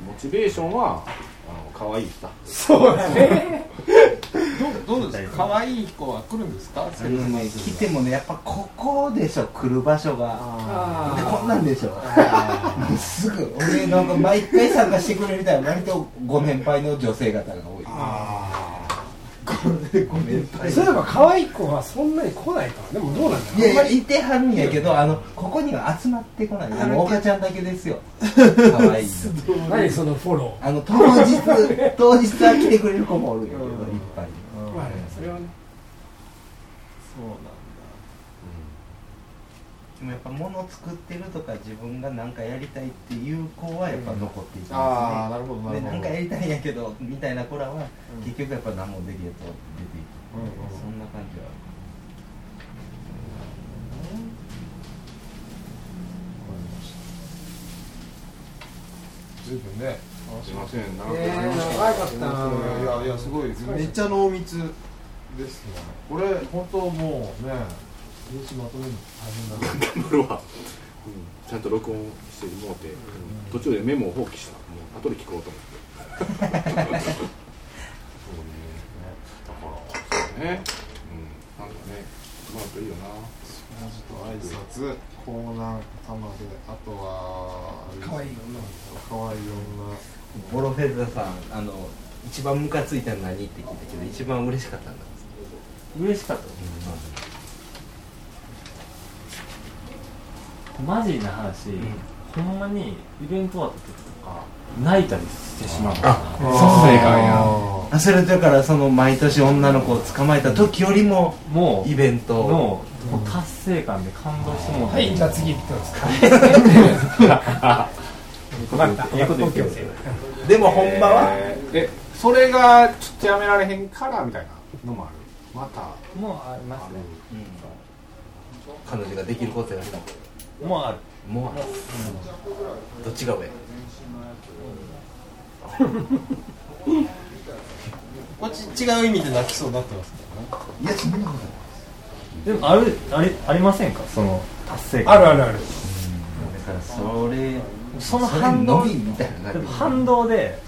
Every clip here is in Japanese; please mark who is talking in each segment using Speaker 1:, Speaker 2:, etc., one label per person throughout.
Speaker 1: モチベーションはあの可愛い人
Speaker 2: そうだね
Speaker 3: どどうですか可愛い子は来るんですかセックスマイズ
Speaker 2: 来てもねやっぱここでしょ来る場所が
Speaker 3: あ
Speaker 2: で
Speaker 3: ー
Speaker 2: こんなんでしょもうすぐ俺なんか毎回参加してくれるみたいな割とご年配の女性方が多いご年配
Speaker 4: そういえば可愛い子はそんなに来ないからでもどうなんだろう
Speaker 2: いやいやいてはるんやけどあのここには集まってこない
Speaker 3: あ
Speaker 2: あ
Speaker 3: の
Speaker 2: の岡ちゃんだけですよ可愛いの
Speaker 4: 何そのフォロ
Speaker 2: あの当日当日は来てくれる子もおるんやけどいっぱい
Speaker 4: ーまあねそれはね
Speaker 2: そうなんだでもやっぱ物作ってるとか自分が何かやりたいっていう子はやっぱ残っていき
Speaker 3: あー
Speaker 2: ま
Speaker 3: なるほど
Speaker 2: す
Speaker 3: な
Speaker 2: ねで
Speaker 3: るほど
Speaker 2: 何かやりたいんやけどみたいな子らは
Speaker 3: うん
Speaker 2: 結局やっぱ何もできへんと出ていく
Speaker 3: うんうん
Speaker 2: そんな感じは
Speaker 3: 随分ね楽
Speaker 1: す
Speaker 3: し
Speaker 1: い
Speaker 3: かっ
Speaker 1: ません長く
Speaker 4: え
Speaker 1: なりま
Speaker 4: ー
Speaker 1: した
Speaker 4: 長かったた
Speaker 3: いやいやすごいですめっちゃ濃密ですねこれ本当もうね練習まとめるの大変だね
Speaker 1: 頑張るわ、うん、ちゃんと録音してもうて、途中でメモを放棄したもう後で聞こうと思って そうねだからそうねうんなんかねまあといいよな
Speaker 3: ちょっと挨拶コーナー玉であとは
Speaker 4: 可愛い
Speaker 3: かわいい
Speaker 2: ボロフェザーさんあの一番ムカついたの何って聞いたけど一番嬉しかったのなんです
Speaker 5: 嬉しかったマジな話、ほんまにイベント終わった時とか泣いたりしてしまうあ
Speaker 3: 女
Speaker 2: そうなんや
Speaker 3: や
Speaker 2: あそれだからその毎年女の子を捕まえた時よりも
Speaker 5: も
Speaker 2: イベン
Speaker 5: う
Speaker 2: ト
Speaker 5: の達成感で感動してもうて
Speaker 4: はいじゃあ次行ってますか
Speaker 5: よく言うこと言ってる
Speaker 2: でもほんまは
Speaker 1: えーえそれがちょっとやめられへんからみたいなのもあるまた
Speaker 5: もうありますね
Speaker 2: 彼女ができることやった
Speaker 5: もうある
Speaker 2: もう、どっちが上
Speaker 3: こっち違う意味で泣きそうになってますからね
Speaker 2: いやそんなこ
Speaker 5: でもあるあれありませんかその達成感
Speaker 4: あるあるある
Speaker 2: とだからそれ
Speaker 5: その反
Speaker 2: の
Speaker 5: 動
Speaker 2: みみたいな
Speaker 5: でも反動で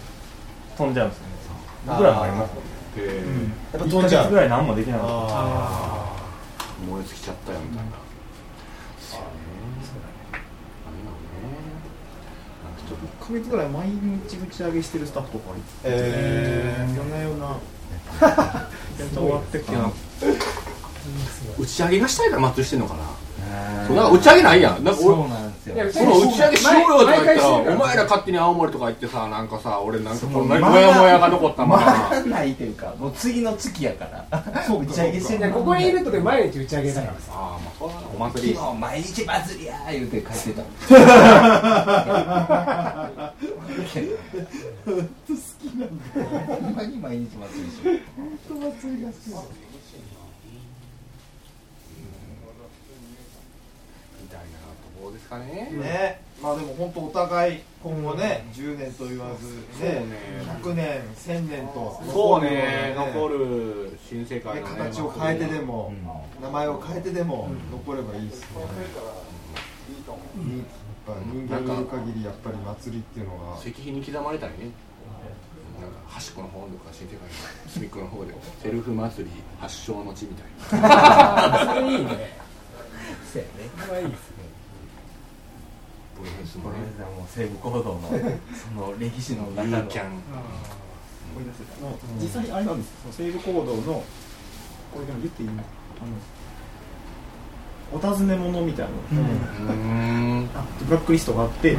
Speaker 5: 飛んじゃうんですよね僕らもあります
Speaker 1: え
Speaker 3: やっぱ
Speaker 5: 1
Speaker 3: 飛ん
Speaker 5: ヶ
Speaker 3: じゃ
Speaker 5: 月ぐ
Speaker 3: う
Speaker 5: らい何もできなかっ
Speaker 3: あ
Speaker 1: ー燃え尽きちゃったよみたいな、そうねあれなのねなんかちょっと
Speaker 6: 1ヶ月ぐらい毎日打ち上げしてるスタッフとかいて、
Speaker 3: ーえ
Speaker 6: 夜な夜なイベント終わってから
Speaker 1: 打ち上げがしたいからマッチしてんのかなそうなんか打ち上げないやんなんか俺
Speaker 2: そうなんですよ
Speaker 4: いや
Speaker 1: その打ち上げしようよとか言った
Speaker 4: 毎
Speaker 1: ら、
Speaker 4: 回してるから
Speaker 1: お前ら勝手に青森とか行ってさ、なんかさ、俺なんかこんなに
Speaker 2: その
Speaker 1: モヤモヤが残ったま
Speaker 2: ま
Speaker 1: ま。
Speaker 2: だないというかもう次の月やからそう打ち上げして
Speaker 4: いやここにいるとで毎日打ち上げだから
Speaker 1: ああ、まあそうだな、お
Speaker 2: 昨
Speaker 1: 祭り。
Speaker 2: 日毎日バズりやー言うて帰ってたほんまに毎日祭りしよう
Speaker 1: みたいなところですかね。
Speaker 3: ーねまあでも本当お互い今後ね10年と言わず
Speaker 1: そう
Speaker 3: ね
Speaker 1: ね。
Speaker 3: 100年1000年と
Speaker 1: そうね、残
Speaker 3: 残るよ
Speaker 1: る新世
Speaker 3: う
Speaker 1: 界
Speaker 3: なね
Speaker 1: のね
Speaker 3: 形を変えてでも
Speaker 2: うん
Speaker 3: 名前を変えてでも残ればいいですねやっぱ人間がいる限りやっぱり祭りっていうのが
Speaker 1: 石碑に刻まれたりね。なんか端っこの方とか新世界の隅っこの方で、セルフ祭り発祥の地みたいな。
Speaker 4: それいい
Speaker 2: そう
Speaker 4: ね
Speaker 2: やね
Speaker 4: それはいいです
Speaker 1: プロレス
Speaker 2: こ
Speaker 1: も
Speaker 2: れ
Speaker 1: ね。
Speaker 2: だもう西武行動のその歴史の中
Speaker 1: ユー
Speaker 2: の
Speaker 1: キャン。
Speaker 6: 思い出せた、実際にあれなんですよその西武行動のこれでも言っていいのあのお尋ね物みたいなの、
Speaker 1: うーん。
Speaker 6: ブラックリストがあって、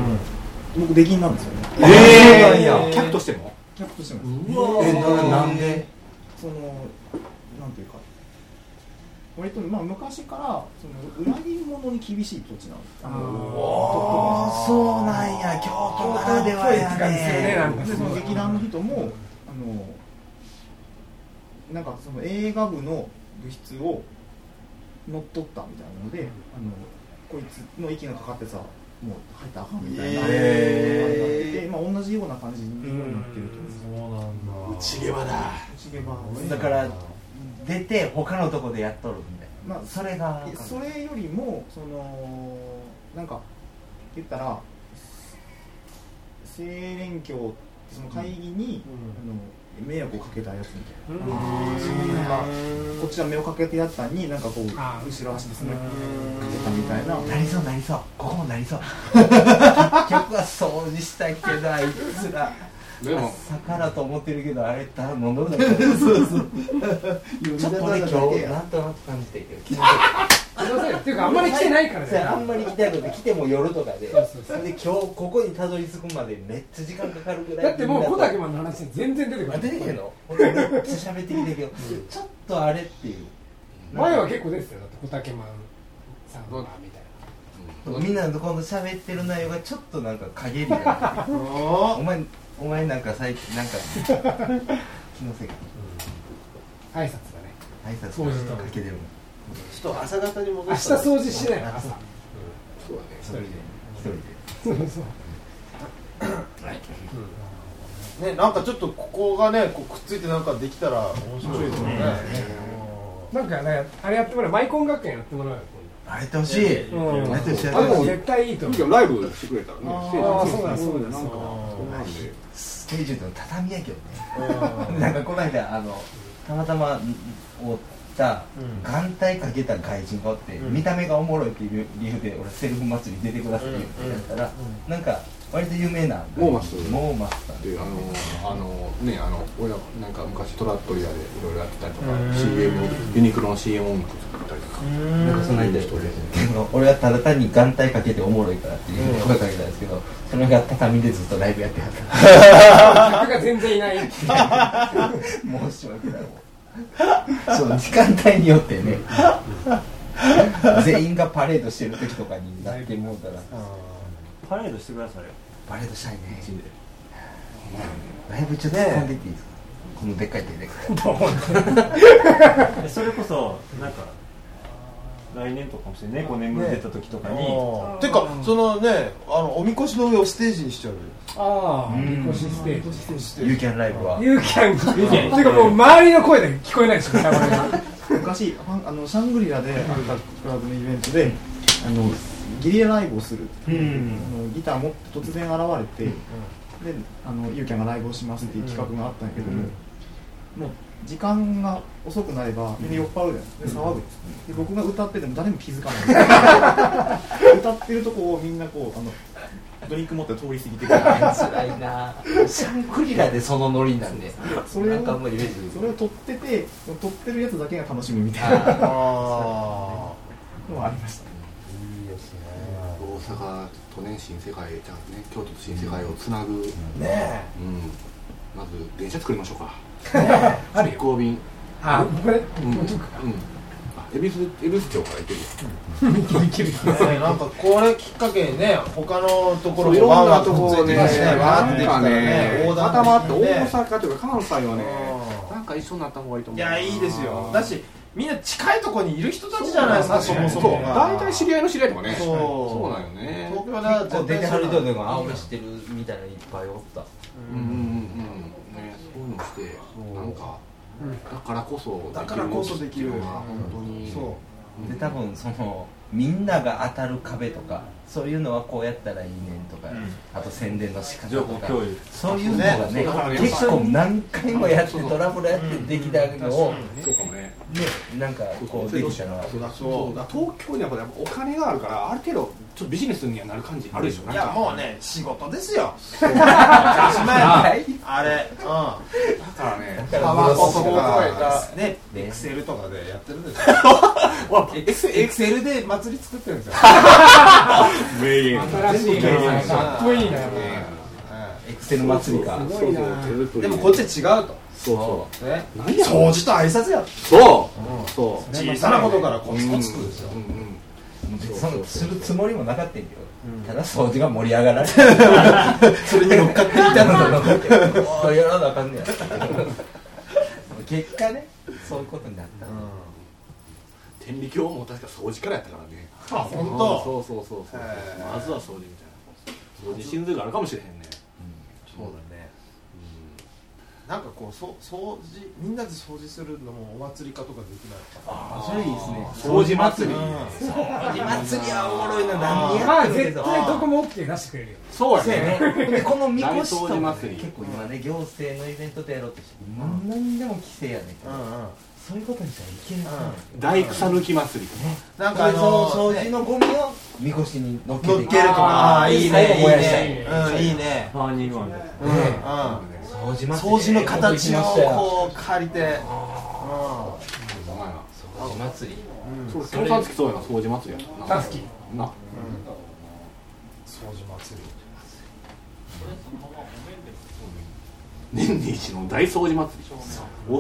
Speaker 6: 僕出禁なんですよね
Speaker 1: ええ
Speaker 2: え
Speaker 1: キャットしても
Speaker 6: キャップしてます
Speaker 2: えななんで
Speaker 6: そのなんていうか割とまあ昔からその裏切り者に厳しい土地なんです
Speaker 2: ああそうなんや京都ならではやね
Speaker 6: でその劇団の人もあのなんかその映画部の部室を乗っ取ったみたいなのであのこいつの息がかかってさもう入ったらあかんみたいな感じになってて、まあ、同じような感じに今なってると思うんですよ
Speaker 3: そうなんだ
Speaker 1: ちげわだ。
Speaker 6: 茂場
Speaker 2: だから出て他のとこでやっとるみたい
Speaker 6: まあ
Speaker 2: なそれが
Speaker 6: えそれよりもそのなんか言ったら青年教ってその会議に、あの迷惑をかけたやつみたいな。
Speaker 4: うん
Speaker 6: なんかこっちは目をかけてやったんになんかこう
Speaker 4: あー
Speaker 6: 後ろ足ですね
Speaker 4: う
Speaker 6: か
Speaker 4: ん
Speaker 6: けたみたいな
Speaker 2: なりそうなりそうここもなりそう結局は掃除したけどあいつら
Speaker 1: でも
Speaker 2: 坂だと思ってるけどあれただ飲んどるだけそうそうちょっとね今日なんとなく感じてるけど
Speaker 4: すいませんっていうかあんまり来てないから
Speaker 2: そうあん
Speaker 4: ね
Speaker 2: まり行きたいことで来ても夜とかで
Speaker 4: そうそうそう
Speaker 2: それで今日ここにたどり着くまでめっちゃ時間かかるぐらい
Speaker 4: だってもう小竹
Speaker 2: も
Speaker 4: マンの話に全然出てこない
Speaker 2: 出てけの俺めっちゃ喋ってきたけどちょっとあれっていう
Speaker 4: 前は結構出てたよだって小竹マンさんはみたいな
Speaker 2: みんなのこの喋ってる内容がちょっとなんか陰りがお前お前なんか最近なんか気のせいか
Speaker 4: 挨拶だね
Speaker 2: 挨拶
Speaker 4: そうです
Speaker 2: かけてるもん
Speaker 3: ちょっと朝方に戻
Speaker 4: 明日
Speaker 3: したんです
Speaker 4: 掃除しないの朝
Speaker 1: そうだね
Speaker 4: 一人で
Speaker 2: 一人で
Speaker 4: そうそう
Speaker 3: ねなんかちょっとここがねこうくっついてなんかできたら面白いですよね
Speaker 4: なんかねあれやってもらうマイコン学園やってもらうよ
Speaker 2: あれてほしい
Speaker 4: 今度
Speaker 2: あれてほしい
Speaker 4: あでも絶対いいと
Speaker 1: とに
Speaker 4: 思
Speaker 1: か
Speaker 4: う
Speaker 1: くライブしてくれたらね
Speaker 4: ああそうだそうだ
Speaker 1: なん
Speaker 4: そう
Speaker 1: か
Speaker 4: だ
Speaker 1: こんなんで
Speaker 2: ステージの畳やけどねなんかこの間あのたまたまおった眼帯かけた外人がおって、見た目がおもろいっていう理由で俺セルフ祭り出てくださいって言ってやったら、なんか割と有名な
Speaker 1: モーマス
Speaker 2: モーマスさん
Speaker 1: であのあのねあの俺らなんか昔トラットリアでいろいろやってたりとか CM ユニクロの CM 音楽作ったりとか
Speaker 2: なんかそんなんで俺はただ単に眼帯かけておもろいからっていう声かけたんですけど、それが畳でずっとライブやってはった
Speaker 4: 客が全然いない
Speaker 2: 申し訳ないもんそう時間帯によってね全員がパレードしてる時とかになってもうたら
Speaker 5: パレードしてくださいよ
Speaker 2: パレードしたいねライブちょっと突っ込んでいっていいですか、このでっかい手で
Speaker 5: えそれこそなんか来年とかもしれない猫眠ってた時とかに、
Speaker 7: あ
Speaker 3: てかそのねあのおみこしの上をステージにしちゃうよ
Speaker 4: ああみこしステージ
Speaker 2: ユーキャンライブは
Speaker 4: ユーキャン てかもう周りの声で聞こえないでしょ歌声が
Speaker 6: 昔ファンあのシャングリラであったクラブのイベントで、あのギリラライブをする、あのギター持って突然現れて、であのユーキャンがライブをしますっていう企画があったんやけども、もう時間が遅くなればみんな酔っ払うじゃないですかで騒ぐんですで僕が歌ってても誰も気づかない 歌ってるとこをみんなこうあのドリンク持って通り過ぎてくる
Speaker 2: 辛いなシャンクリラでそのノリなんで
Speaker 6: それを
Speaker 2: なんかあんまイメージでき
Speaker 6: そ
Speaker 2: ない
Speaker 6: れを撮ってて撮ってるやつだけが楽しむみたいな
Speaker 2: あ
Speaker 3: あ
Speaker 6: のはありました
Speaker 1: 大阪とね新世界じゃあね京都と新世界をつなぐ、うん
Speaker 2: ーね
Speaker 1: まず電車作りましょうか
Speaker 4: ある
Speaker 1: 飛
Speaker 4: よ
Speaker 1: 行便
Speaker 4: あここで
Speaker 1: うん、うん、あ恵比寿恵比寿町から行けるよ
Speaker 3: あ、ね、なんかこれきっかけにね他のところ
Speaker 1: い
Speaker 3: も
Speaker 1: ろ
Speaker 3: わ
Speaker 1: ん
Speaker 3: ー
Speaker 1: な
Speaker 3: わー
Speaker 1: と
Speaker 3: と
Speaker 1: こ
Speaker 3: こ
Speaker 1: ろ
Speaker 3: ろ
Speaker 1: ね
Speaker 3: でねわーってでき
Speaker 1: な
Speaker 3: たら
Speaker 1: んかね
Speaker 3: ね横
Speaker 1: ま
Speaker 3: 断
Speaker 1: たま
Speaker 3: で
Speaker 1: っ
Speaker 3: き
Speaker 1: て
Speaker 3: たらね
Speaker 1: 大阪というか関西はね
Speaker 3: うん
Speaker 1: なんか一緒になった方がいいと
Speaker 3: い
Speaker 1: 思うい
Speaker 3: やいいですよだしみんな近いところにいる人たちじゃないですかそもそ
Speaker 1: そう
Speaker 3: も
Speaker 1: 大体知り合いの知り合いとかね
Speaker 3: そう
Speaker 1: そうなんよね
Speaker 3: 東京だ
Speaker 2: こう出てはる人でもあ俺
Speaker 3: う
Speaker 2: 知ってるみたいなのいっぱいおった
Speaker 1: うんうんうんねそういうのしてなんかだからこそ
Speaker 3: だからこそできる
Speaker 1: のが本当に
Speaker 3: そ
Speaker 1: うん
Speaker 2: で多分そのみんなが当たる壁とかそういうのはこうやったらいいねんとか、あと宣伝の仕方
Speaker 5: 情
Speaker 2: と
Speaker 5: 報
Speaker 2: か
Speaker 5: 共有
Speaker 2: そういうのがね
Speaker 1: そうだからね
Speaker 2: 結構何回もやってトラブルやってできたのを、
Speaker 1: そうかもね
Speaker 2: ね、なんかこうできたら
Speaker 1: そうだそうだ東京にはやっぱやっぱお金があるからある程度ちょっとビジネスにはなる感じあるでしょ
Speaker 3: う
Speaker 1: ないん
Speaker 3: や
Speaker 1: か
Speaker 3: もうね仕事ですよ 昔前のあれう
Speaker 1: だからね
Speaker 2: だ
Speaker 3: ん
Speaker 2: か
Speaker 3: パ
Speaker 2: ら
Speaker 3: ワ
Speaker 2: ブ
Speaker 3: ポ
Speaker 2: ログと
Speaker 3: と
Speaker 2: か
Speaker 3: かね
Speaker 2: ね
Speaker 3: エクセルとかでやってるんですよエクセルで祭り作ってるんですよ
Speaker 1: 名言
Speaker 4: 新しいなかっこいいな
Speaker 2: エクセル祭りか
Speaker 4: す
Speaker 1: そ
Speaker 4: ごいうな
Speaker 1: そう
Speaker 3: でもこっちは違うと
Speaker 1: そうそ
Speaker 3: ね
Speaker 1: う何やろ
Speaker 3: 掃除と挨拶や
Speaker 1: そうそう
Speaker 3: 小さなことからコツコツですよ
Speaker 1: うんうん
Speaker 2: 別にそのするつもりもなかったんやけど、ただ掃除が盛り上がられてそれに乗っかっていたのと乗っかって これやらなあかんねや結果ねそういうことになった、
Speaker 1: 天理教も確か掃除からやったからね
Speaker 3: あ本当
Speaker 1: そうそうそうそう
Speaker 3: へー
Speaker 1: まずは掃除みたいな掃除神髄があるかもしれへんね
Speaker 3: そうだねなんかこうそ掃除みんなで掃除するのもお祭り化とかできない
Speaker 2: あそれいいですね掃除祭り
Speaker 3: うん
Speaker 2: 掃除祭りはおもろいな何や
Speaker 4: まあ
Speaker 2: ってるけ
Speaker 4: 絶
Speaker 2: ど
Speaker 4: 対どこも OK 出してくれるよ
Speaker 1: そうや
Speaker 2: そうや
Speaker 1: ね
Speaker 2: ねでこのみこしとかも
Speaker 1: 大掃除祭
Speaker 2: ね
Speaker 1: り
Speaker 2: 結構今ね行政のイベントでやろうとして何でも規制やねんけ
Speaker 3: う
Speaker 2: ど
Speaker 3: んうん
Speaker 2: そういうことにしたらいけないね
Speaker 1: 大草抜き祭りとか
Speaker 3: なんか
Speaker 2: そ
Speaker 3: あの
Speaker 2: の掃除のゴミをみこしに乗っけ
Speaker 3: 乗
Speaker 2: て
Speaker 3: っけるとか
Speaker 2: あ
Speaker 3: あ
Speaker 2: ー
Speaker 3: ーいい
Speaker 2: 最
Speaker 3: ね
Speaker 2: 後
Speaker 3: いい
Speaker 2: 燃やしたい
Speaker 3: ねうんいいね
Speaker 5: バーニングマンで
Speaker 3: うんうん
Speaker 2: 掃除祭り
Speaker 3: 掃除の形を
Speaker 2: よ
Speaker 3: こう借りて
Speaker 1: お前な
Speaker 2: 掃除祭り
Speaker 3: うんうん
Speaker 1: そう共産そうやな掃除祭りやったな
Speaker 4: タスキ
Speaker 1: な
Speaker 3: 掃除祭り
Speaker 1: 年に一の大掃除祭り大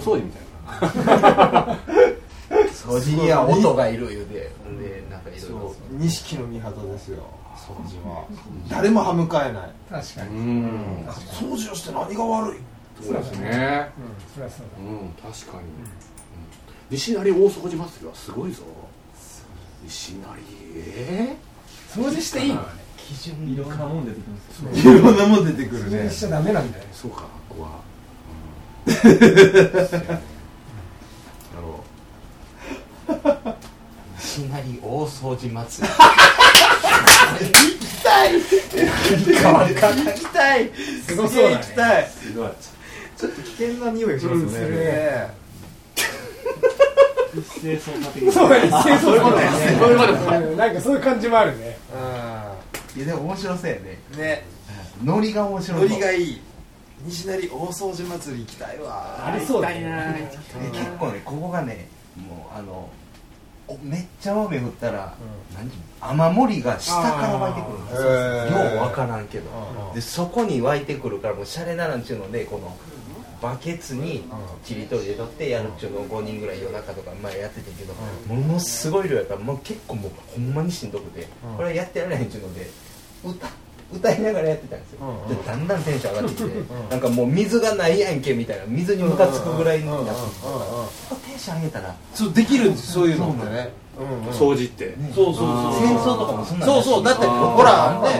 Speaker 1: 掃除みたいな
Speaker 2: 掃除には音がいる言うでほんでなんかいろいろ
Speaker 3: そう錦の御旗ですよ掃除は誰も歯向かえない
Speaker 4: 確か
Speaker 1: う
Speaker 4: に
Speaker 1: ん
Speaker 3: 掃除をして何が悪い
Speaker 1: そうですね
Speaker 4: それはそう
Speaker 1: う
Speaker 4: だ
Speaker 1: ん確かに西成大掃除祭りはすごいぞ西成え
Speaker 4: 掃除していいの
Speaker 2: 基準
Speaker 5: いろんなもん出てきますよ
Speaker 3: いろんなもん出てくる
Speaker 4: 掃除
Speaker 3: ね
Speaker 4: しちゃダメなんだよ
Speaker 1: えそうかここは うんやろ
Speaker 2: いきなり大掃除祭
Speaker 3: 行きたいす
Speaker 4: ごそうだね
Speaker 3: 行きたい
Speaker 5: すごい
Speaker 3: ちょっと危険な匂いがしますよね,、
Speaker 4: うんするね
Speaker 3: ね
Speaker 5: 一斉操作的
Speaker 4: そう
Speaker 5: な
Speaker 4: だねそういうことだね
Speaker 1: そういうこと
Speaker 4: うんなんかそういう感じもあるね
Speaker 2: りいやでも面白そうやね
Speaker 3: うんね
Speaker 2: ノリが面白
Speaker 3: ノ
Speaker 2: そう
Speaker 3: リがいい西成大掃除祭り行きたいわ
Speaker 4: ありそうだね
Speaker 2: え結構ねここがねもうあのおめっちゃ雨降ったら、何雨漏りが下から湧いてくるんですよ、
Speaker 3: あーへー
Speaker 2: 量分からんけど、
Speaker 3: うんうん
Speaker 2: でそこに湧いてくるからもうシャレならんちゅうのでこのバケツにちりとりで取ってやるっちゅうのを5人ぐらい夜中とか前やっててんけど、ものすごい量やからもう結構もうほんまにしんどくて、これはやってられへんっちゅうので歌歌いながらやってたんですよ、
Speaker 3: うんうん
Speaker 2: でだんだんテンション上がってきて、なんかもう水がないやんけみたいな水にムカつくぐらいになってきて、
Speaker 3: うんうん
Speaker 2: テンション上げたら、ね、
Speaker 3: そうできるんですそういうのってねうんうん
Speaker 1: う掃除って
Speaker 3: そうそうそう
Speaker 2: 戦争とかもそんなん
Speaker 3: そうそうだってほらね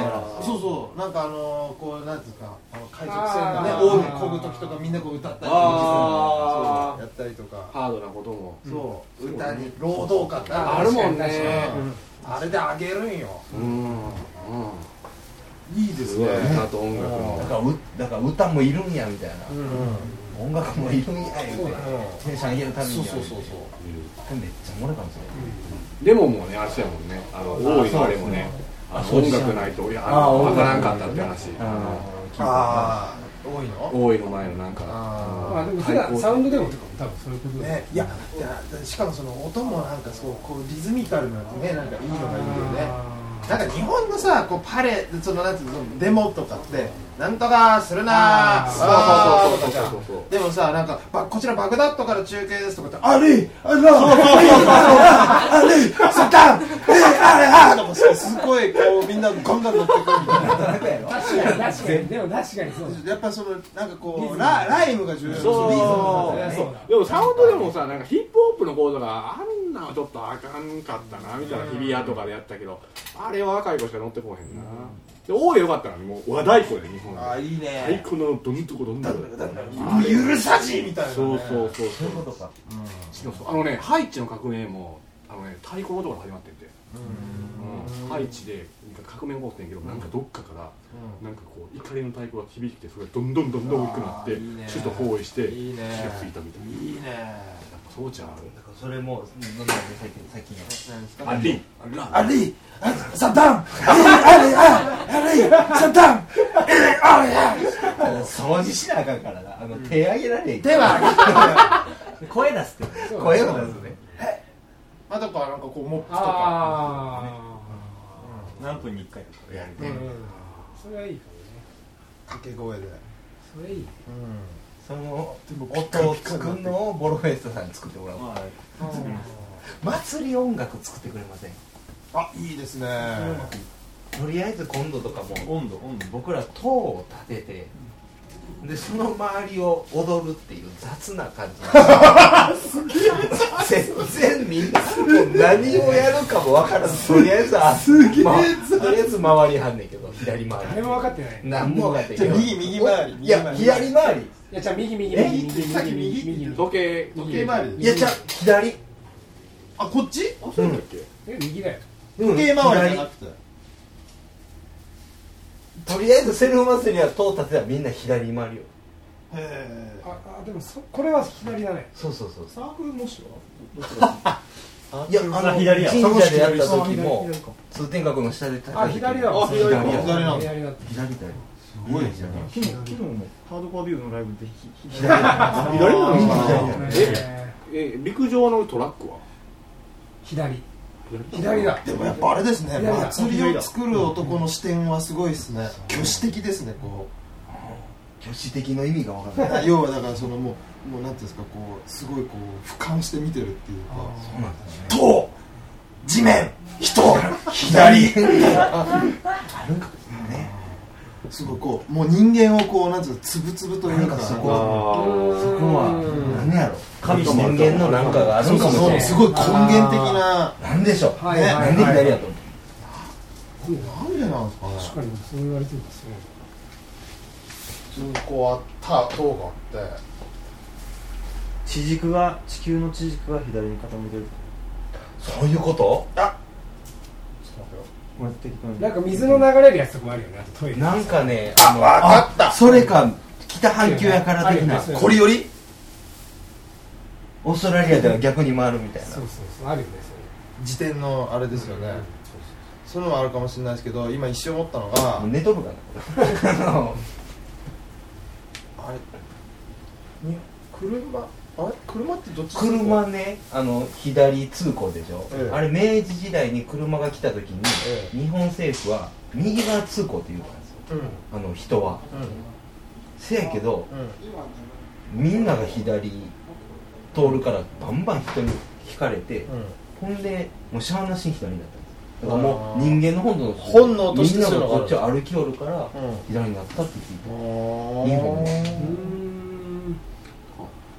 Speaker 2: あ
Speaker 3: そうそうなんかあのーこうなんていうかあの海賊船のね
Speaker 4: あー
Speaker 3: 王をこぐ時とかみんなこう歌ったりと
Speaker 1: あ
Speaker 3: か
Speaker 1: ー
Speaker 3: やったりとか
Speaker 1: ハードなことも
Speaker 3: そう歌に労働歌って
Speaker 1: あるもんね
Speaker 3: あれであげるんよ
Speaker 1: うんうん
Speaker 3: いいですす
Speaker 1: ご
Speaker 3: ね
Speaker 1: い歌と音楽
Speaker 2: だ
Speaker 1: も
Speaker 2: からうだから歌もいるんやみたいな、
Speaker 3: うん
Speaker 2: 音楽もいるんやみたいなテンション上げるために
Speaker 3: そう
Speaker 2: や
Speaker 3: そうそうそう
Speaker 2: めっちゃおもろいかもしれない
Speaker 1: でももうねあれそうやもんねあの大井のあれもねあの音楽ないと俺あの分からんかったって話
Speaker 3: ああ多いの
Speaker 1: 大井の前のなんか
Speaker 3: あ
Speaker 4: まあでも普段サウンドでもとかも多分そういうこと
Speaker 3: あ
Speaker 4: だよ
Speaker 3: ねいやいやしかもその音もなんかそうこうリズミカルなねなんかいいのがいいよねなんか日本のさこうパレそのなんていうのデモとかってなんとかするなーわ
Speaker 1: そうそうそう
Speaker 3: ー
Speaker 1: そ
Speaker 3: とか
Speaker 1: うそう
Speaker 3: じゃんでもさなんかばこちらバグダッドから中継ですとかってあれあらあれあれサタンえあれあれとかさすごいこうみんなガンガン乗ってくるみたいな
Speaker 4: 確かに確かにでも確かにそうだ
Speaker 3: やっぱそのなんかこうラライムが重要です
Speaker 1: そう
Speaker 3: リズムなんだよね
Speaker 4: そうだ
Speaker 1: でもサウンドでもさなんかヒップホップのコードがあんなちょっとあかんかったなみたいな日比谷とかでやったけどあれは若い子しか乗ってこうへんなで大井よかったらもう和太鼓で日本
Speaker 3: あ
Speaker 1: は
Speaker 3: いい
Speaker 1: 太
Speaker 3: ね
Speaker 1: 鼓のどんとこどんとこ
Speaker 3: 許さじみたいなね
Speaker 1: そうそうそう
Speaker 2: そういうことか
Speaker 1: そうそうあのねハイチの革命もあのね太鼓のところから始まってんてうんハイチでなんか革命起こってんけどなんかどっかからなんかこう怒りの太鼓が響いてきてそれがどんどんどんどん大きくなって
Speaker 3: あーいいね
Speaker 1: 首都包囲して
Speaker 3: いいね
Speaker 1: 火がついたみたいない
Speaker 3: いね
Speaker 1: やっぱそうちゃう
Speaker 2: だからそれも飲んだんで最近最近や
Speaker 3: 何ですか
Speaker 1: ありあ
Speaker 3: あれあサダンあれあれあれサダン
Speaker 2: 掃除しなあかんからなあの手上げられへん
Speaker 3: では
Speaker 2: 声出すって声を出すね
Speaker 3: あとかなんかこうモップとか
Speaker 4: あ
Speaker 5: 何分に一回とか
Speaker 2: やる
Speaker 4: あう
Speaker 2: ね
Speaker 4: んそれはいいかもね
Speaker 3: 掛け声で
Speaker 4: それいい
Speaker 2: その音を作るのをボロフェストさんに作ってもらおう
Speaker 5: まあ
Speaker 2: 祭り音楽作ってくれません
Speaker 3: あいいですね
Speaker 2: とりあえず今度とかも
Speaker 5: 温度温度僕
Speaker 2: 僕ら塔を立ててでその周りを踊るっていう雑な感じ全然みんなもう何をやるかも分からずとりあえずあまあとりあえず回りはんねんけど左回 り
Speaker 4: 誰も分かってない
Speaker 2: 何も分かって
Speaker 3: じゃあ
Speaker 2: ない
Speaker 3: 右右回り
Speaker 2: いや
Speaker 3: 右回り
Speaker 2: 左回り
Speaker 4: いやじゃあ右右
Speaker 6: え
Speaker 4: 右右
Speaker 6: さっき右って言って
Speaker 4: 右
Speaker 6: た
Speaker 1: 時計
Speaker 7: 時計回り
Speaker 6: いやじゃあ左あこっち
Speaker 1: あそうだっけ
Speaker 4: え右だよ
Speaker 6: 時計回りじゃな
Speaker 7: くて
Speaker 2: とりあえずセルフ祭りは通ったてはみんな左に回るよ
Speaker 4: ああでもそこれは左だね
Speaker 2: そうそうそう
Speaker 6: サークル模試はい
Speaker 2: やあの
Speaker 5: 左や
Speaker 2: 神社でやった時
Speaker 6: あ
Speaker 2: も
Speaker 6: 左か
Speaker 2: 通天閣の下で叩いた
Speaker 4: あ
Speaker 2: 時
Speaker 4: 左だ
Speaker 2: も
Speaker 4: わ
Speaker 2: 左や左
Speaker 4: 左だ
Speaker 7: だ
Speaker 4: 左
Speaker 2: だ
Speaker 4: だ
Speaker 2: よ
Speaker 7: すごいですね
Speaker 6: 昨日昨日のハードコアビューのライブでひひ左
Speaker 1: 左なのか
Speaker 2: 左
Speaker 1: な
Speaker 4: え
Speaker 1: ええ陸上のトラックは
Speaker 4: 左左だ
Speaker 3: でもやっぱあれですね
Speaker 4: いやいや
Speaker 3: 祭りを作る男の視点はすごいですね挙手的ですねこ
Speaker 2: 挙手的の意味が分
Speaker 3: う
Speaker 2: からない
Speaker 3: 要はだからそのもうもうなんていうんですかこうすごいこう俯瞰して見てるっていうか
Speaker 2: そうなんだね
Speaker 3: 塔地面人左すごいこうもう人間をこうなんていうんですかつぶつぶという
Speaker 2: な
Speaker 3: か
Speaker 2: んかそこ
Speaker 3: こう
Speaker 1: あ
Speaker 2: そこは何やろ神人間のなんかがある
Speaker 3: そ
Speaker 2: ん
Speaker 3: う
Speaker 2: か
Speaker 3: そ
Speaker 2: も
Speaker 3: う
Speaker 2: し
Speaker 3: そ
Speaker 2: れ
Speaker 3: う
Speaker 2: ない
Speaker 3: すごい根源的な
Speaker 2: なんでしょう
Speaker 4: はいはいはい
Speaker 2: なんで左やと思
Speaker 3: なんでなんですかね
Speaker 4: 確かにそう言われてるんですね
Speaker 3: 普通にこうあった塔があって
Speaker 8: 地軸が地球の地軸が左に傾いてる
Speaker 2: うそういうこと
Speaker 8: こうやって聞こえる
Speaker 4: なんか水の流れるやつとかもあるよねあとトイレ
Speaker 2: なんかねあの
Speaker 3: わかった
Speaker 2: それか北半球やから的な
Speaker 4: あるよね
Speaker 3: これより
Speaker 2: オーストラリアでは逆に回るみたいな
Speaker 4: そうそうそうあるよね
Speaker 3: 時点のあれですよね、そういうのもあるかもしれないですけど今一瞬思ったのが、
Speaker 2: もう寝とるかな あの
Speaker 3: あれに車あれ車ってどっち
Speaker 2: 車ねあの左通行でしょ、
Speaker 3: ええ
Speaker 2: あれ明治時代に車が来た時に、
Speaker 3: え
Speaker 2: 日本政府は右側通行って言うたんですよ
Speaker 3: うんうん
Speaker 2: あの人はせやけど
Speaker 3: うん
Speaker 2: みんなが左通るからバンバン人に引かれて、
Speaker 3: うん
Speaker 2: ほんでもうしゃあなしに左になったんですだからもう人間の本能
Speaker 3: 本能として
Speaker 2: みんな
Speaker 3: そういう
Speaker 2: が
Speaker 3: のがあ
Speaker 2: こ
Speaker 3: る
Speaker 2: っちを歩きおるから
Speaker 3: うん
Speaker 2: 左になったって聞いて
Speaker 3: あー
Speaker 2: いい本
Speaker 4: うーん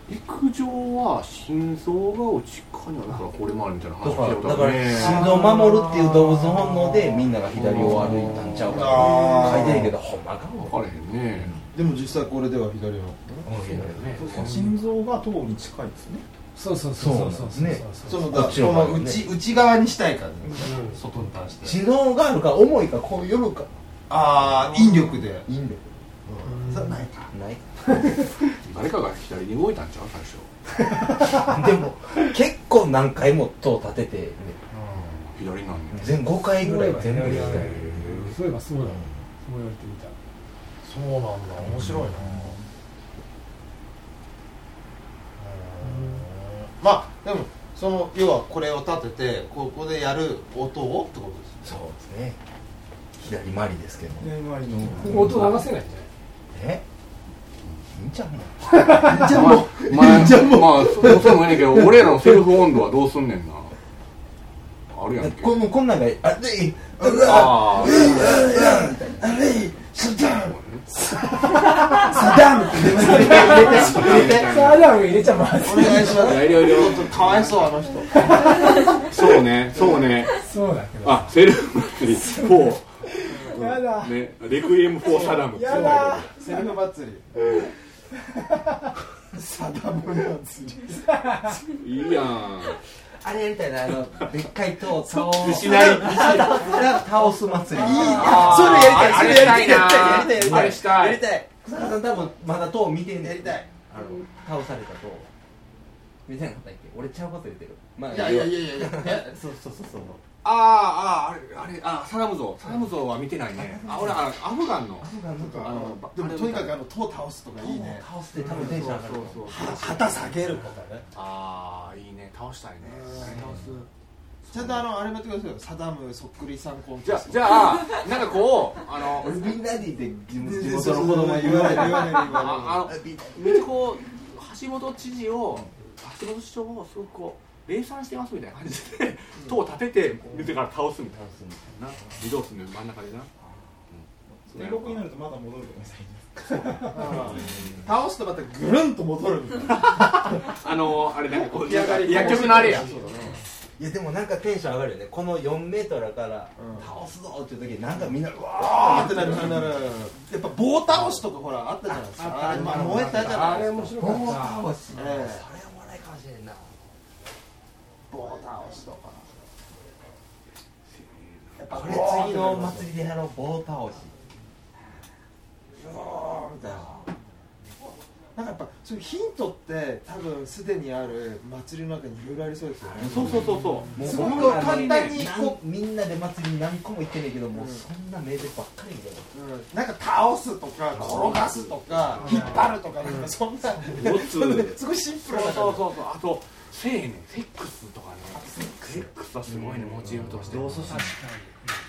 Speaker 1: 陸上は心臓が落ちかにあるからこれもあるみたいな話
Speaker 2: だ
Speaker 1: 聞いたこ
Speaker 2: から
Speaker 1: と
Speaker 2: だ
Speaker 1: あ
Speaker 2: か
Speaker 1: る
Speaker 2: ら
Speaker 1: ね
Speaker 2: 心臓を守るっていう動物本能でみんなが左を歩いたんちゃうか
Speaker 3: あ
Speaker 2: な
Speaker 3: ー
Speaker 2: 書いてるけどほんまかも
Speaker 1: 分かれへんね
Speaker 3: でも実際これでは左の
Speaker 6: 心臓が塔に近いですね
Speaker 4: そうそうそうそう
Speaker 2: そうなん
Speaker 4: そう
Speaker 2: ですね
Speaker 4: そ
Speaker 3: そ
Speaker 4: うそう
Speaker 3: の
Speaker 2: こっちの
Speaker 3: こ
Speaker 2: 方
Speaker 3: の
Speaker 2: がね
Speaker 3: 内内側にしたいからね
Speaker 4: うん
Speaker 3: 外に対して
Speaker 2: 心臓があるから重いからこう寄るから
Speaker 3: ああ引力で
Speaker 2: いいんだよ
Speaker 3: それないか
Speaker 2: ない
Speaker 1: 誰かが左に動いたんちゃう最初
Speaker 2: でも結構何回も塔立ててね
Speaker 1: 左なんね
Speaker 2: 全5回ぐらい全部できたよ
Speaker 4: そういえばそうだそう言われてみた
Speaker 3: そうなんだ面白いなまあでもその要はこれを立ててここでやる音をってことですね
Speaker 2: そうですね左回りですけど
Speaker 6: 左回りの
Speaker 4: ここ音流せないんじ
Speaker 2: えいいんちゃうの
Speaker 1: じゃあもう、まあ、じゃあもう、まあ、そうそうもええねんけど、俺らのセルフ温度はどうすんねんな。あるやんけ。
Speaker 2: これもうこんなんが「あっでいいうわ
Speaker 1: ああ、
Speaker 4: ゃないさあじゃあ入れちゃいます
Speaker 3: お願いします
Speaker 1: いろいろ。
Speaker 3: かわいそうあの人
Speaker 1: そうね、そうね。
Speaker 4: そうだけど
Speaker 1: あ、セルフ祭り4。
Speaker 4: やだ
Speaker 1: ね、レクイエム4サダム。
Speaker 4: やだ
Speaker 3: セルフ祭りサダム祭り
Speaker 1: いいやん。
Speaker 2: あれやりたいなあのでっかい塔を倒す
Speaker 1: 失い。
Speaker 2: 倒す祭り」いい
Speaker 1: それやりたい。
Speaker 3: やりたいやりたいやりたい
Speaker 1: あれしたい。
Speaker 3: たい
Speaker 2: 草田さん多分まだ塔見てんねん
Speaker 3: やりたい
Speaker 2: あの倒された塔見てなかったっけ俺ちゃうこと言ってるまあ
Speaker 3: いやいやいやいやいや
Speaker 2: そうそうそうそう
Speaker 1: あーあー、あれ、あれ、あー、サダム像。サダム像は見てないね。あ、俺、あの、アフガンの。
Speaker 3: あのでもとにかくあの塔倒すとかいいね
Speaker 2: 倒して多分テンション上がる
Speaker 1: そうそうそう。
Speaker 3: 旗下げるとかね
Speaker 1: ああ、いいね。倒したいね。倒す。
Speaker 3: ちゃんとあのあれもやってくださいよサダムそっくりさんコンテ
Speaker 1: じゃ
Speaker 3: スト
Speaker 1: じゃあなんかこうあの
Speaker 2: 俺みんなでいて地元
Speaker 3: 地
Speaker 2: 地
Speaker 3: 元
Speaker 2: 元
Speaker 3: の子供
Speaker 2: の子供
Speaker 3: は
Speaker 2: に
Speaker 3: 言
Speaker 2: 言
Speaker 3: わ
Speaker 2: わ
Speaker 3: な
Speaker 2: ないい
Speaker 3: 言わない言わない
Speaker 1: ああのめっちゃこう橋本知事を橋本市長をすごくこう冷散してますみたいな感じで塔を立てて自ら倒すみたいなな移動するの真ん中でな
Speaker 6: 16になるとまだ戻ると思います
Speaker 3: 倒すとまたぐるんと戻るみたいな
Speaker 1: あのあれなんかこう
Speaker 3: 起き上がり
Speaker 1: 薬局のあれや
Speaker 3: そうだね
Speaker 2: いやでもなんかテンション上がるよねこの4メートルから
Speaker 3: うん
Speaker 2: 倒すぞっていう時なんかみんなうわ
Speaker 3: あーってなるなるなるやっぱ棒倒しとかほらあったじゃないですかあれまあ燃えたじゃない
Speaker 4: あ
Speaker 3: で
Speaker 4: れ
Speaker 3: すか
Speaker 4: 面白
Speaker 2: ー棒
Speaker 4: かっ
Speaker 2: 倒し、
Speaker 3: ええ
Speaker 2: それはおもないかもしれんな
Speaker 3: 棒倒しとかやっぱ
Speaker 2: こ
Speaker 3: こ
Speaker 2: れ
Speaker 3: れ
Speaker 2: 次
Speaker 3: 次
Speaker 2: の
Speaker 3: の
Speaker 2: お
Speaker 3: 祭
Speaker 2: 祭りでやろう棒倒し
Speaker 3: りだよなんかやっぱそういうヒントって多分すでにある祭りの中にいろいろありそうですよね
Speaker 1: そうそうそうそ
Speaker 2: もう
Speaker 3: すごく
Speaker 2: 僕ら
Speaker 3: 簡単に
Speaker 2: なん
Speaker 3: こ
Speaker 2: みんなで祭りに何個も行ってんねんけどもううんそんな名でばっかりみたいな
Speaker 3: うんなんか倒すとか転がすとか引っ張るとかなんかそんな
Speaker 1: うごっつー
Speaker 3: すごいシンプ
Speaker 1: そう
Speaker 3: ルな
Speaker 1: そうそう
Speaker 3: 感
Speaker 1: そうあとせえねセックスとかねセックスはすごいねモチーフとして同祖神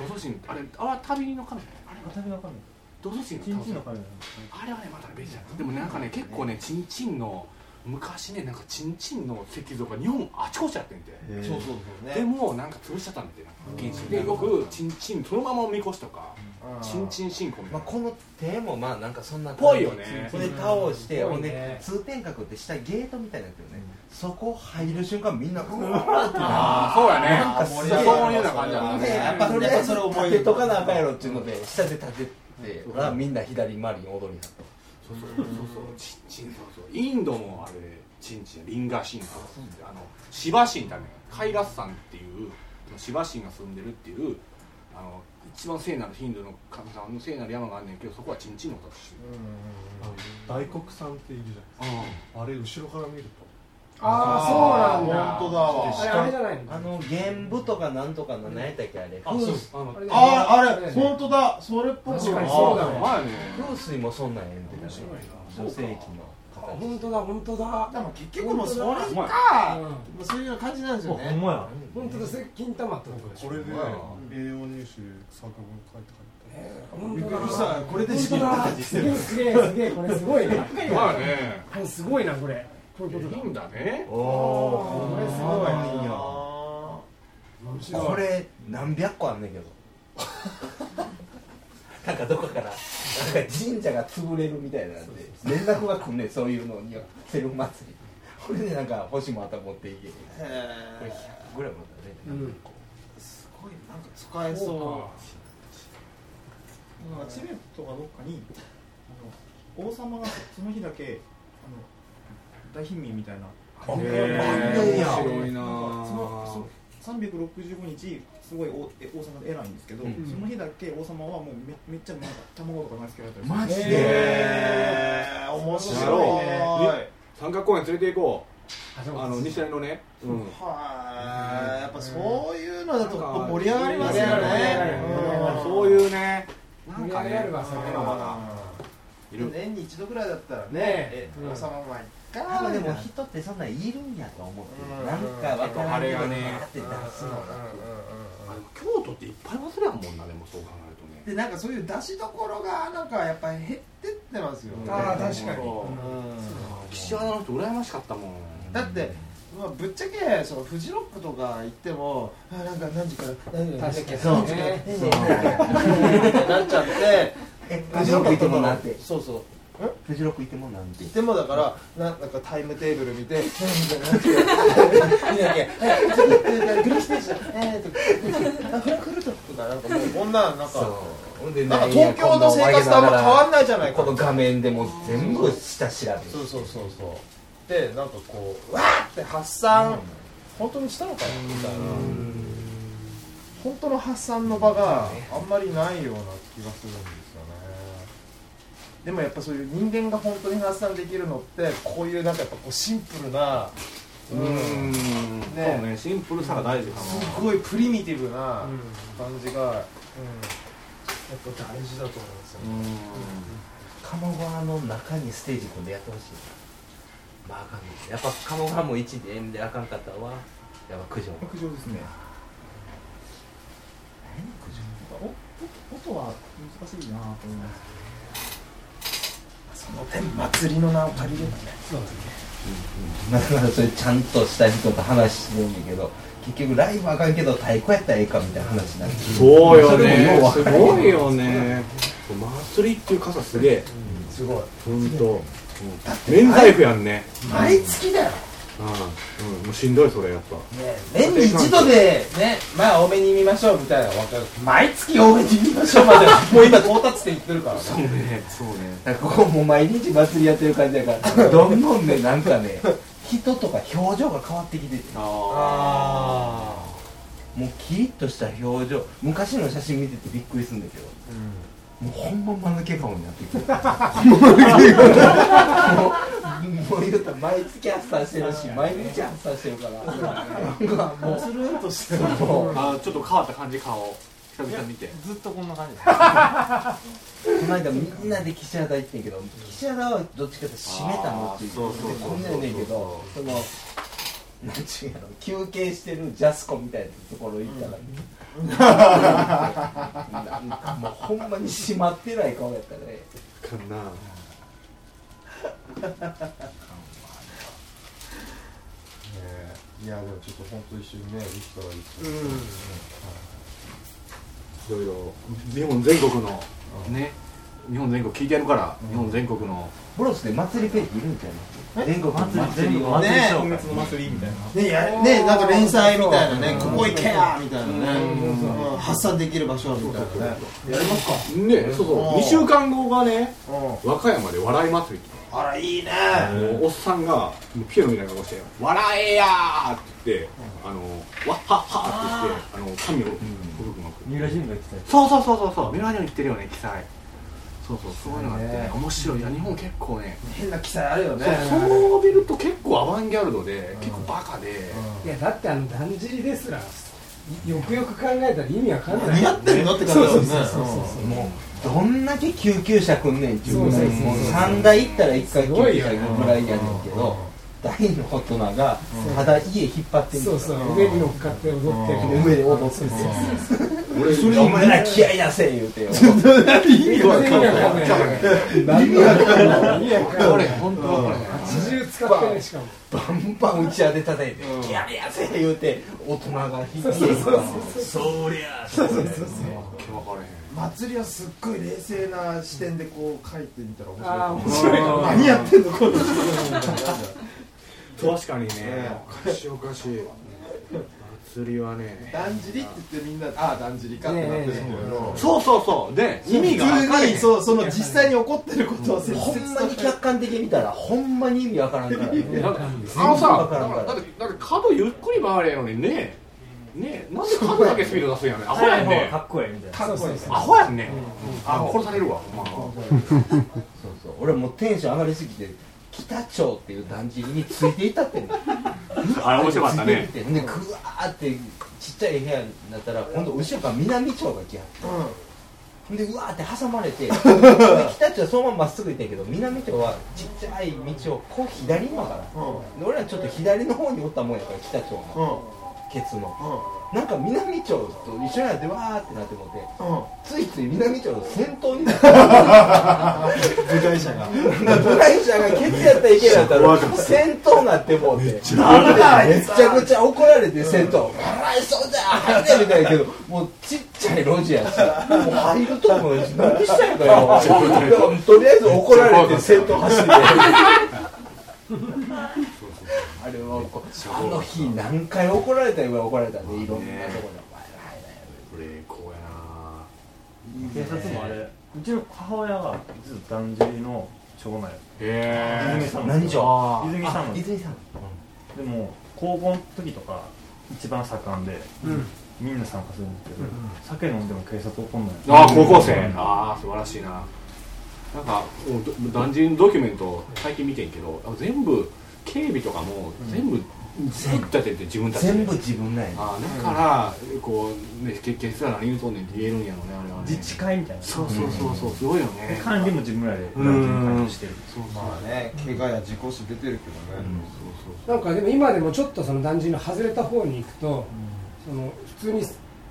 Speaker 1: 同祖神あれあれは旅の神あれは
Speaker 8: 旅の神
Speaker 1: 同祖神
Speaker 8: チンチンの神な
Speaker 1: 多分
Speaker 8: の
Speaker 1: あれはねまた別じゃんでもなんかね結構ねチンチンの昔ねなんかチンチンの石像が日本あちこちやってんて
Speaker 3: じそうそうそう
Speaker 1: で
Speaker 3: ね
Speaker 1: もなんか潰しちゃったんだってなんか原始でよくチンチンそのままおみこしとかチンチン信仰みた
Speaker 2: ま
Speaker 1: い
Speaker 2: あ、
Speaker 1: な
Speaker 2: この手もまあなんかそんな
Speaker 1: ぽいよね
Speaker 2: それ倒して、
Speaker 4: うん
Speaker 2: ほんで、
Speaker 4: ぽいね
Speaker 2: 通天閣って下ゲートみたいになってるよね、そこ入る瞬間みんなうわーって
Speaker 1: ああそうやね
Speaker 2: なんかすげ
Speaker 1: そ
Speaker 2: え
Speaker 1: ういうような感じだ
Speaker 2: な
Speaker 1: ね
Speaker 2: ねやっぱそれそれ思い立てとかなあかんやろっていうので下で立ててほらみんな左回りに踊りはった
Speaker 1: そうそうそうそうチンチンそうそうインドもあれチンチンリンガ神とかってあのシバ神だねカイラス山っていうシバ神が住んでるっていうあの一番聖なるヒンドゥーの神様の聖なる山があんねんけどそこはチンチンのことだし
Speaker 7: 大黒さんっているじゃんあれ後ろから見ると
Speaker 4: あーそうなんだ
Speaker 3: 本当だわ
Speaker 4: たあれあれじゃないの
Speaker 2: あの玄武とかなんとかな何やったっけあれ
Speaker 1: あそう
Speaker 2: 風
Speaker 1: あの
Speaker 4: れ
Speaker 3: あーあれ
Speaker 4: だよね
Speaker 3: 本当だそれっぽく
Speaker 4: 確かに
Speaker 1: そ
Speaker 4: そうう
Speaker 1: だ
Speaker 4: だ
Speaker 1: よ
Speaker 4: わ
Speaker 1: 前ね
Speaker 2: 風水もそんなんやんってな
Speaker 4: 面白い
Speaker 2: 女性器
Speaker 4: あ
Speaker 2: の
Speaker 4: 本当だ本当だ
Speaker 3: でも結局もうそれ
Speaker 1: お前
Speaker 3: か
Speaker 4: うん
Speaker 3: そういう感じなんですよ
Speaker 8: あほん
Speaker 3: ね
Speaker 8: まや
Speaker 4: 本当だそれ金玉ってことでしょ
Speaker 7: これで
Speaker 1: う
Speaker 7: 栄
Speaker 1: わ
Speaker 7: 養入手作文書いて書いて
Speaker 4: 本当
Speaker 3: びっくりし
Speaker 4: だ
Speaker 3: たこれで
Speaker 4: 本
Speaker 3: 仕
Speaker 4: 当
Speaker 3: 事
Speaker 4: だすげえすげえすげえこれすごいね
Speaker 1: まあね
Speaker 4: これすごいなこれこう
Speaker 1: い
Speaker 4: いうことだ
Speaker 1: いんだね
Speaker 4: おーこれすごい面白い
Speaker 2: これ何百個あんねんけど なんかどこからなんか神社が潰れるみたいなんで連絡が来んねんそういうのにはセルフ祭り これでなんか星もあた持っていける
Speaker 3: へ
Speaker 2: これ
Speaker 3: え
Speaker 2: 100ぐらいまだね、
Speaker 4: うん
Speaker 3: すごいなんか使えそ
Speaker 6: なんかチベットかどっかにあの王様がその日だけあの大貧民みたいな
Speaker 2: あん
Speaker 1: 面白いな
Speaker 6: そのそ365日すごいおえ王様偉いんですけど、
Speaker 2: うん
Speaker 6: その日だけ王様はもうめめっちゃなんか卵とか投げつけられたりする
Speaker 2: マジ
Speaker 3: う
Speaker 2: で、
Speaker 3: へえ面白いね
Speaker 1: ね三角公園連れて行こうあの西成のねうん
Speaker 3: はいやっぱそういうのだとやっぱ盛り上がりますよ
Speaker 4: 盛り上が
Speaker 3: ね
Speaker 4: る盛り上がる
Speaker 3: うん
Speaker 1: そういうねなん
Speaker 4: 盛り
Speaker 1: か
Speaker 4: 上が
Speaker 1: ね
Speaker 4: るわそれは
Speaker 1: うんいる
Speaker 3: 年に一度ぐらいだったらね
Speaker 4: ね
Speaker 3: え
Speaker 4: え
Speaker 3: 王様前に
Speaker 2: 多分でも
Speaker 3: うん
Speaker 2: 人ってそんなんいるんやと思って、
Speaker 3: うん
Speaker 2: なんか分からんけど
Speaker 1: あれがね
Speaker 2: バーって出すのが、
Speaker 1: あでも京都っていっぱい忘れやんもんなでもそう考えるとね
Speaker 3: でなんかそういう出しどころがなんかやっぱり減ってってますよね
Speaker 4: あー確かに
Speaker 1: に
Speaker 3: うん
Speaker 1: 岸和田の人羨ましかったもん
Speaker 3: だって、まあ、ぶっちゃけそのフジロックとか行ってもあなんか何時から何時から
Speaker 4: 確かに
Speaker 3: 何時から何時からってなっちゃって
Speaker 2: えフジロック行ってもなんて
Speaker 3: そうそう
Speaker 2: フジロック行ってもなんて
Speaker 3: 行ってもだからななんかタイムテーブル見て何時から何時から見なきゃえ次えグリーンステージだえーとあフランクフルトとかなんかもうこんなんなんか
Speaker 2: そうほんで
Speaker 3: なんか東京の生活とあんま変わんないじゃないか
Speaker 2: この画面でもう全部下調べ
Speaker 3: そうそうそうそうでなんかこうわーって発散、本当にしたのかなみたいな本当の発散の場があんまりないような気がするんですよねでもやっぱそういう人間が本当に発散できるのってこういうなんかやっぱこうシンプルな
Speaker 1: うーん
Speaker 3: ね
Speaker 1: そうねシンプルさが大事か
Speaker 3: すごいプリミティブな感じが、うんやっぱ大事だと思うんですよね、
Speaker 2: 鴨川の中にステージ組んでやってほしいなまああかんねやっぱ鴨川も1年であかんかったわやっぱ九条
Speaker 6: 屋上ですねおお音は難しいなと思います
Speaker 3: その点祭りの名を借りればね
Speaker 2: だからそれちゃんとした人と話してるんだけど結局ライブあかんけど太鼓やったらええかみたいな話になって
Speaker 1: なそうよ
Speaker 2: それ
Speaker 1: ね
Speaker 2: もよう
Speaker 1: す
Speaker 2: 分からん
Speaker 1: ごいよね祭りっていう傘すげえ
Speaker 3: すごい
Speaker 1: 本当免罪符やんね
Speaker 3: 毎月だよ
Speaker 1: うん、うん、もうしんどいそれやっぱ
Speaker 3: 年に一度でねまあ多めに見ましょうみたいなのわかる毎月多めに見ましょうまで もう今到達点いってるからね
Speaker 1: そうねそうね
Speaker 2: なんかここもう毎日祭りやってる感じだからどんどんねなんかね人とか表情が変わってきてて
Speaker 1: あ
Speaker 2: もうキリッとした表情昔の写真見ててびっくりするんだけど、もうほんま間抜け顔になってくるもうもう言うたら毎月発散してるし毎日発散してるからもう
Speaker 8: ルンとしてる
Speaker 1: ーあーちょっと変わった感じ顔久々見て
Speaker 5: ずっとこんな感じです
Speaker 2: この間みんなで岸和田行ってんけど岸和田はどっちかって閉めたのっていう
Speaker 1: あーそうそうそうそう
Speaker 2: こんなんやねんけどそのなんちゅうやろ休憩してるジャスコみたいなところ行ったら、なんかもうほんまに閉まってない顔やったね
Speaker 1: かんな
Speaker 7: えいやでもちょっと本当一緒にねできたらいいですね
Speaker 1: いろいろ日本全国のね日本全国聞いてやるから、日本全国の
Speaker 2: ブロスで祭りページいるんじゃない全国の祭
Speaker 5: 全
Speaker 2: り
Speaker 5: 部
Speaker 2: を
Speaker 5: 祭り
Speaker 6: 今
Speaker 5: 紹介
Speaker 6: 月の祭りみたいな
Speaker 3: ねやねなんか連載みたいなねここ行けやみたいなねうん発散できる場所みたいなねやりますか
Speaker 1: ねそうそう2週間後がね
Speaker 3: うん
Speaker 1: 和歌山で笑い祭りって
Speaker 3: あらいいね
Speaker 1: もうおっさんがもうピエロみたいな顔して「笑えや!」って言って「あのわっはっは!」って言ってあの髪をくるくまく
Speaker 8: 三浦仁が来た
Speaker 1: そうそうそうそうそう三浦に行ってるよね記載そうそうそういうのがあってね面白いいや日本結構ね
Speaker 3: 変な記載あるよね
Speaker 1: そうそう見ると結構アバンギャルドで結構バカで
Speaker 4: いやだってあのだんじりですらよくよく考えたら意味わかんない
Speaker 3: 似合ってるのって感じだよね
Speaker 4: そうそうそうそう
Speaker 2: もうどんだけ救急車来んねんっていうぐらい
Speaker 4: そうそうそう
Speaker 2: もう3台行ったら1回救急車行くぐらいやねんけど大の大人がただ家引っ張ってみ
Speaker 4: そう
Speaker 2: る
Speaker 4: そう
Speaker 2: か
Speaker 4: そう上に乗っかって踊ってる
Speaker 2: ら上で踊ってる
Speaker 1: 俺そ
Speaker 2: お前ら気合い出せ言うてよ
Speaker 4: 意味わかんない意味わかんない意味わかんない
Speaker 1: 本当はこれ
Speaker 4: 八重使ってねしかも
Speaker 2: バンバン打ち上げ叩いて気合い出せ言うて大人が引いて
Speaker 4: そうそう
Speaker 2: そりゃそうそう
Speaker 1: 今日分かれへ
Speaker 2: そう
Speaker 1: ん
Speaker 3: 祭りはすっごい冷静な視点でこう書いてみたら面白い
Speaker 4: ああ面白いな
Speaker 3: 何やってんのこの人
Speaker 1: 確かにねおかしいおかしい祭りはね
Speaker 3: だんじりって言ってみんなああだんじりかってなってるんだけど
Speaker 1: そうそうそうで意味が分か
Speaker 3: 普
Speaker 1: れ
Speaker 3: 通
Speaker 1: へ
Speaker 3: に
Speaker 1: ん
Speaker 3: そうその実際に起こってることを
Speaker 2: ほ
Speaker 3: 切
Speaker 2: ん
Speaker 3: な
Speaker 2: まに客観的に見たらほんまに意味わからんから ね
Speaker 1: なんか
Speaker 2: 然
Speaker 1: あのさ
Speaker 2: わ、からんから
Speaker 1: だって、だって角ゆっくり回れやのにね、ね、なんで角だけスピード出すんやねん、アホやん
Speaker 5: 早い方が
Speaker 1: ね
Speaker 5: か、っこええみたいな
Speaker 4: そうそうそう
Speaker 1: アホやんね、あ殺されるわ、ほんま
Speaker 2: そうそう俺もうテンション上がりすぎて北町っていうだんじりについていたってね
Speaker 1: あれ面白かったね
Speaker 2: つい、ていってねくわーってちっちゃい部屋になったら今度後ろから南町が来はって、ほんでうわーって挟ま れてで北町はそのまままっすぐ行ってんけど南町はちっちゃい道をこう左に曲がる、で俺らちょっと左の方におったもんやから北町の、ケツの、なんか南町と一緒になってわーってなってもって、ついつい南町の先頭にな って
Speaker 3: 部外者が
Speaker 2: 部外者がケツやったらいけないんだろ戦闘なってもうてめちゃくちゃ怒られて戦闘「かわいそうだ入れ!」みたいなけどもうちっちゃい路地やしもう入ると思うし何したんやからよとりあえず怒られて戦闘走ってあれはこあの日何回怒られたよ怒られたねいろんなとこで「お前ら入らへん
Speaker 1: これ、こう
Speaker 8: 警察もあれうちの母親がずっとだんじりの長男やっ
Speaker 1: やな、へ
Speaker 8: た
Speaker 1: ぇ、
Speaker 8: 泉さん
Speaker 2: 何
Speaker 1: あ
Speaker 8: 泉さん
Speaker 2: よ
Speaker 8: の
Speaker 2: 泉さん
Speaker 8: でも高校の時とか一番盛んで、みんな参加するんですけど、酒飲んでも警察怒んない
Speaker 1: ー、あー高校生、あー、素晴らしいな、なんか、もうど団人ドキュメント、最近見てんけど、あ全部、警備とかも、全部、作ったてて、自分たちで
Speaker 2: 全部自分なんや
Speaker 1: あーだから、こう、ね、結局、ら何言うとんねんって言えるんやろね、あれはね。
Speaker 8: 自治会みたいな
Speaker 1: そうそうそうそう、すごいよね
Speaker 8: で。管理も自分らで
Speaker 1: うん
Speaker 8: 管理してる
Speaker 1: そうそう
Speaker 7: まあね怪我や事故死出てるけどね、
Speaker 4: なんかでも今でもちょっとその団地の外れた方に行くと、その普通に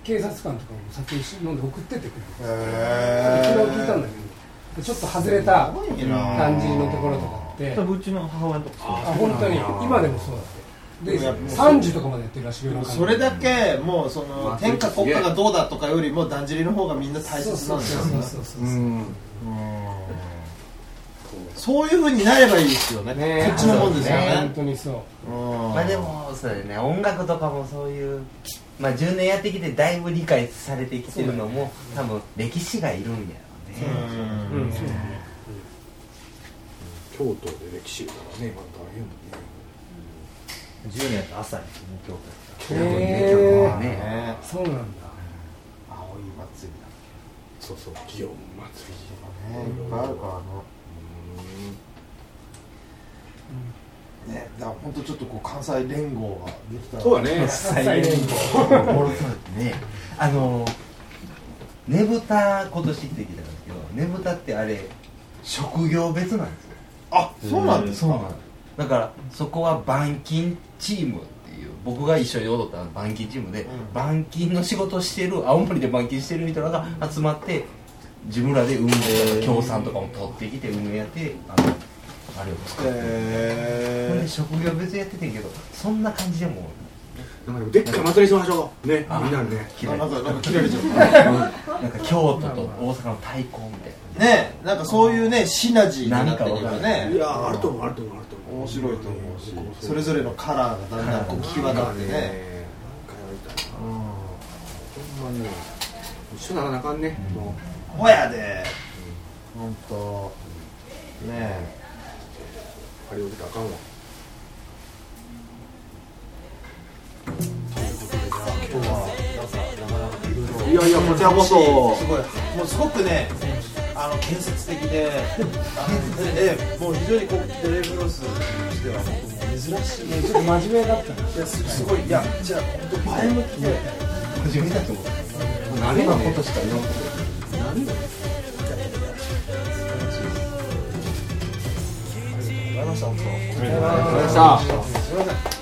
Speaker 4: 警察官とかも酒飲んで送ってってくれる、昨日聞いたんだけどちょっと外れた団地のところとかって
Speaker 8: 多分うちの母親のとこ
Speaker 4: あ本当に今でもそうだってで
Speaker 3: でもやっぱ
Speaker 4: 30とかまでやってるらしいよ
Speaker 3: でもそれだけもうその天下国家がどうだとかよりもだんじりの方がみんな大
Speaker 4: そう
Speaker 3: 切
Speaker 4: そ
Speaker 3: なん
Speaker 4: う
Speaker 3: です
Speaker 4: そ
Speaker 3: よ
Speaker 4: うそうそうそう
Speaker 1: うん。
Speaker 3: そういうふうになればいいですよね
Speaker 4: ね
Speaker 3: そっちのもんですよ
Speaker 4: 本
Speaker 3: ね
Speaker 4: 当にそう
Speaker 3: うん
Speaker 2: まあでもそうだよね音楽とかもそういう、まあ、10年やってきてだいぶ理解されてきてるのも、多分歴史がいるんやろうね、
Speaker 4: うんそうだね
Speaker 1: 京都で歴史だからね、まあ、大変だね
Speaker 8: 10年やったら朝に東京都
Speaker 2: 京都にね
Speaker 4: へー
Speaker 2: 京都はね
Speaker 3: ね
Speaker 4: そうなんだ
Speaker 3: 青い祭りだ
Speaker 1: そうそう祇園祭りとか
Speaker 3: ねいっぱいあるからねねだから本当ちょっとこう関西連合ができたら
Speaker 1: そうだね
Speaker 2: 最後にボロそうですねあのねぶた今年って聞いたんですけどねぶたってあれ職業別なんですよ
Speaker 3: あそうなんです
Speaker 2: そうなんだからそこは板金チームっていう僕が一緒に踊った板金チームで、板金の仕事してる青森で板金してる人らが集まって自分らで運営協賛とかも取ってきて運営やってあのあれを作って、ほん
Speaker 3: へ
Speaker 2: で職業別でやっててんけどそんな感じでも
Speaker 1: なんかでもでっかい祭りしましょうねみんなでね
Speaker 2: 嫌
Speaker 3: え
Speaker 2: い
Speaker 3: な
Speaker 2: なんん
Speaker 3: かなんか切られちゃっ
Speaker 2: か京都と大阪の対抗みたいな
Speaker 3: たねえなんかそういうねシナジーになってるよ
Speaker 2: なんかわかんない
Speaker 3: ね
Speaker 1: いやーあると思うあると思うあると思う
Speaker 3: 面白いと思うし
Speaker 1: うん
Speaker 3: それぞれのカラーがだんだんこう
Speaker 1: 聞
Speaker 3: 際
Speaker 1: き
Speaker 3: 立
Speaker 1: 渡っ
Speaker 3: ってて
Speaker 1: ねなんか
Speaker 3: ね
Speaker 1: やりたいなほんまに一緒ならなあかんねも
Speaker 3: ほやで本当ね
Speaker 1: う張り置きたらあかんわ
Speaker 3: え今日はなんかなかなかいろいろ
Speaker 1: いやいやこちらこそ
Speaker 3: すごいもうすごくねあの建設的であのええもう非常にこうテレビブロスとしては僕も珍しい
Speaker 4: ねちょっと真面目だったない
Speaker 3: やすすごいいやじゃあ本当前向きでいや
Speaker 2: 初めだと思う
Speaker 1: 何がね
Speaker 2: 今年から4個
Speaker 3: ありがとうございました本当
Speaker 1: ありがとうございました
Speaker 3: すいません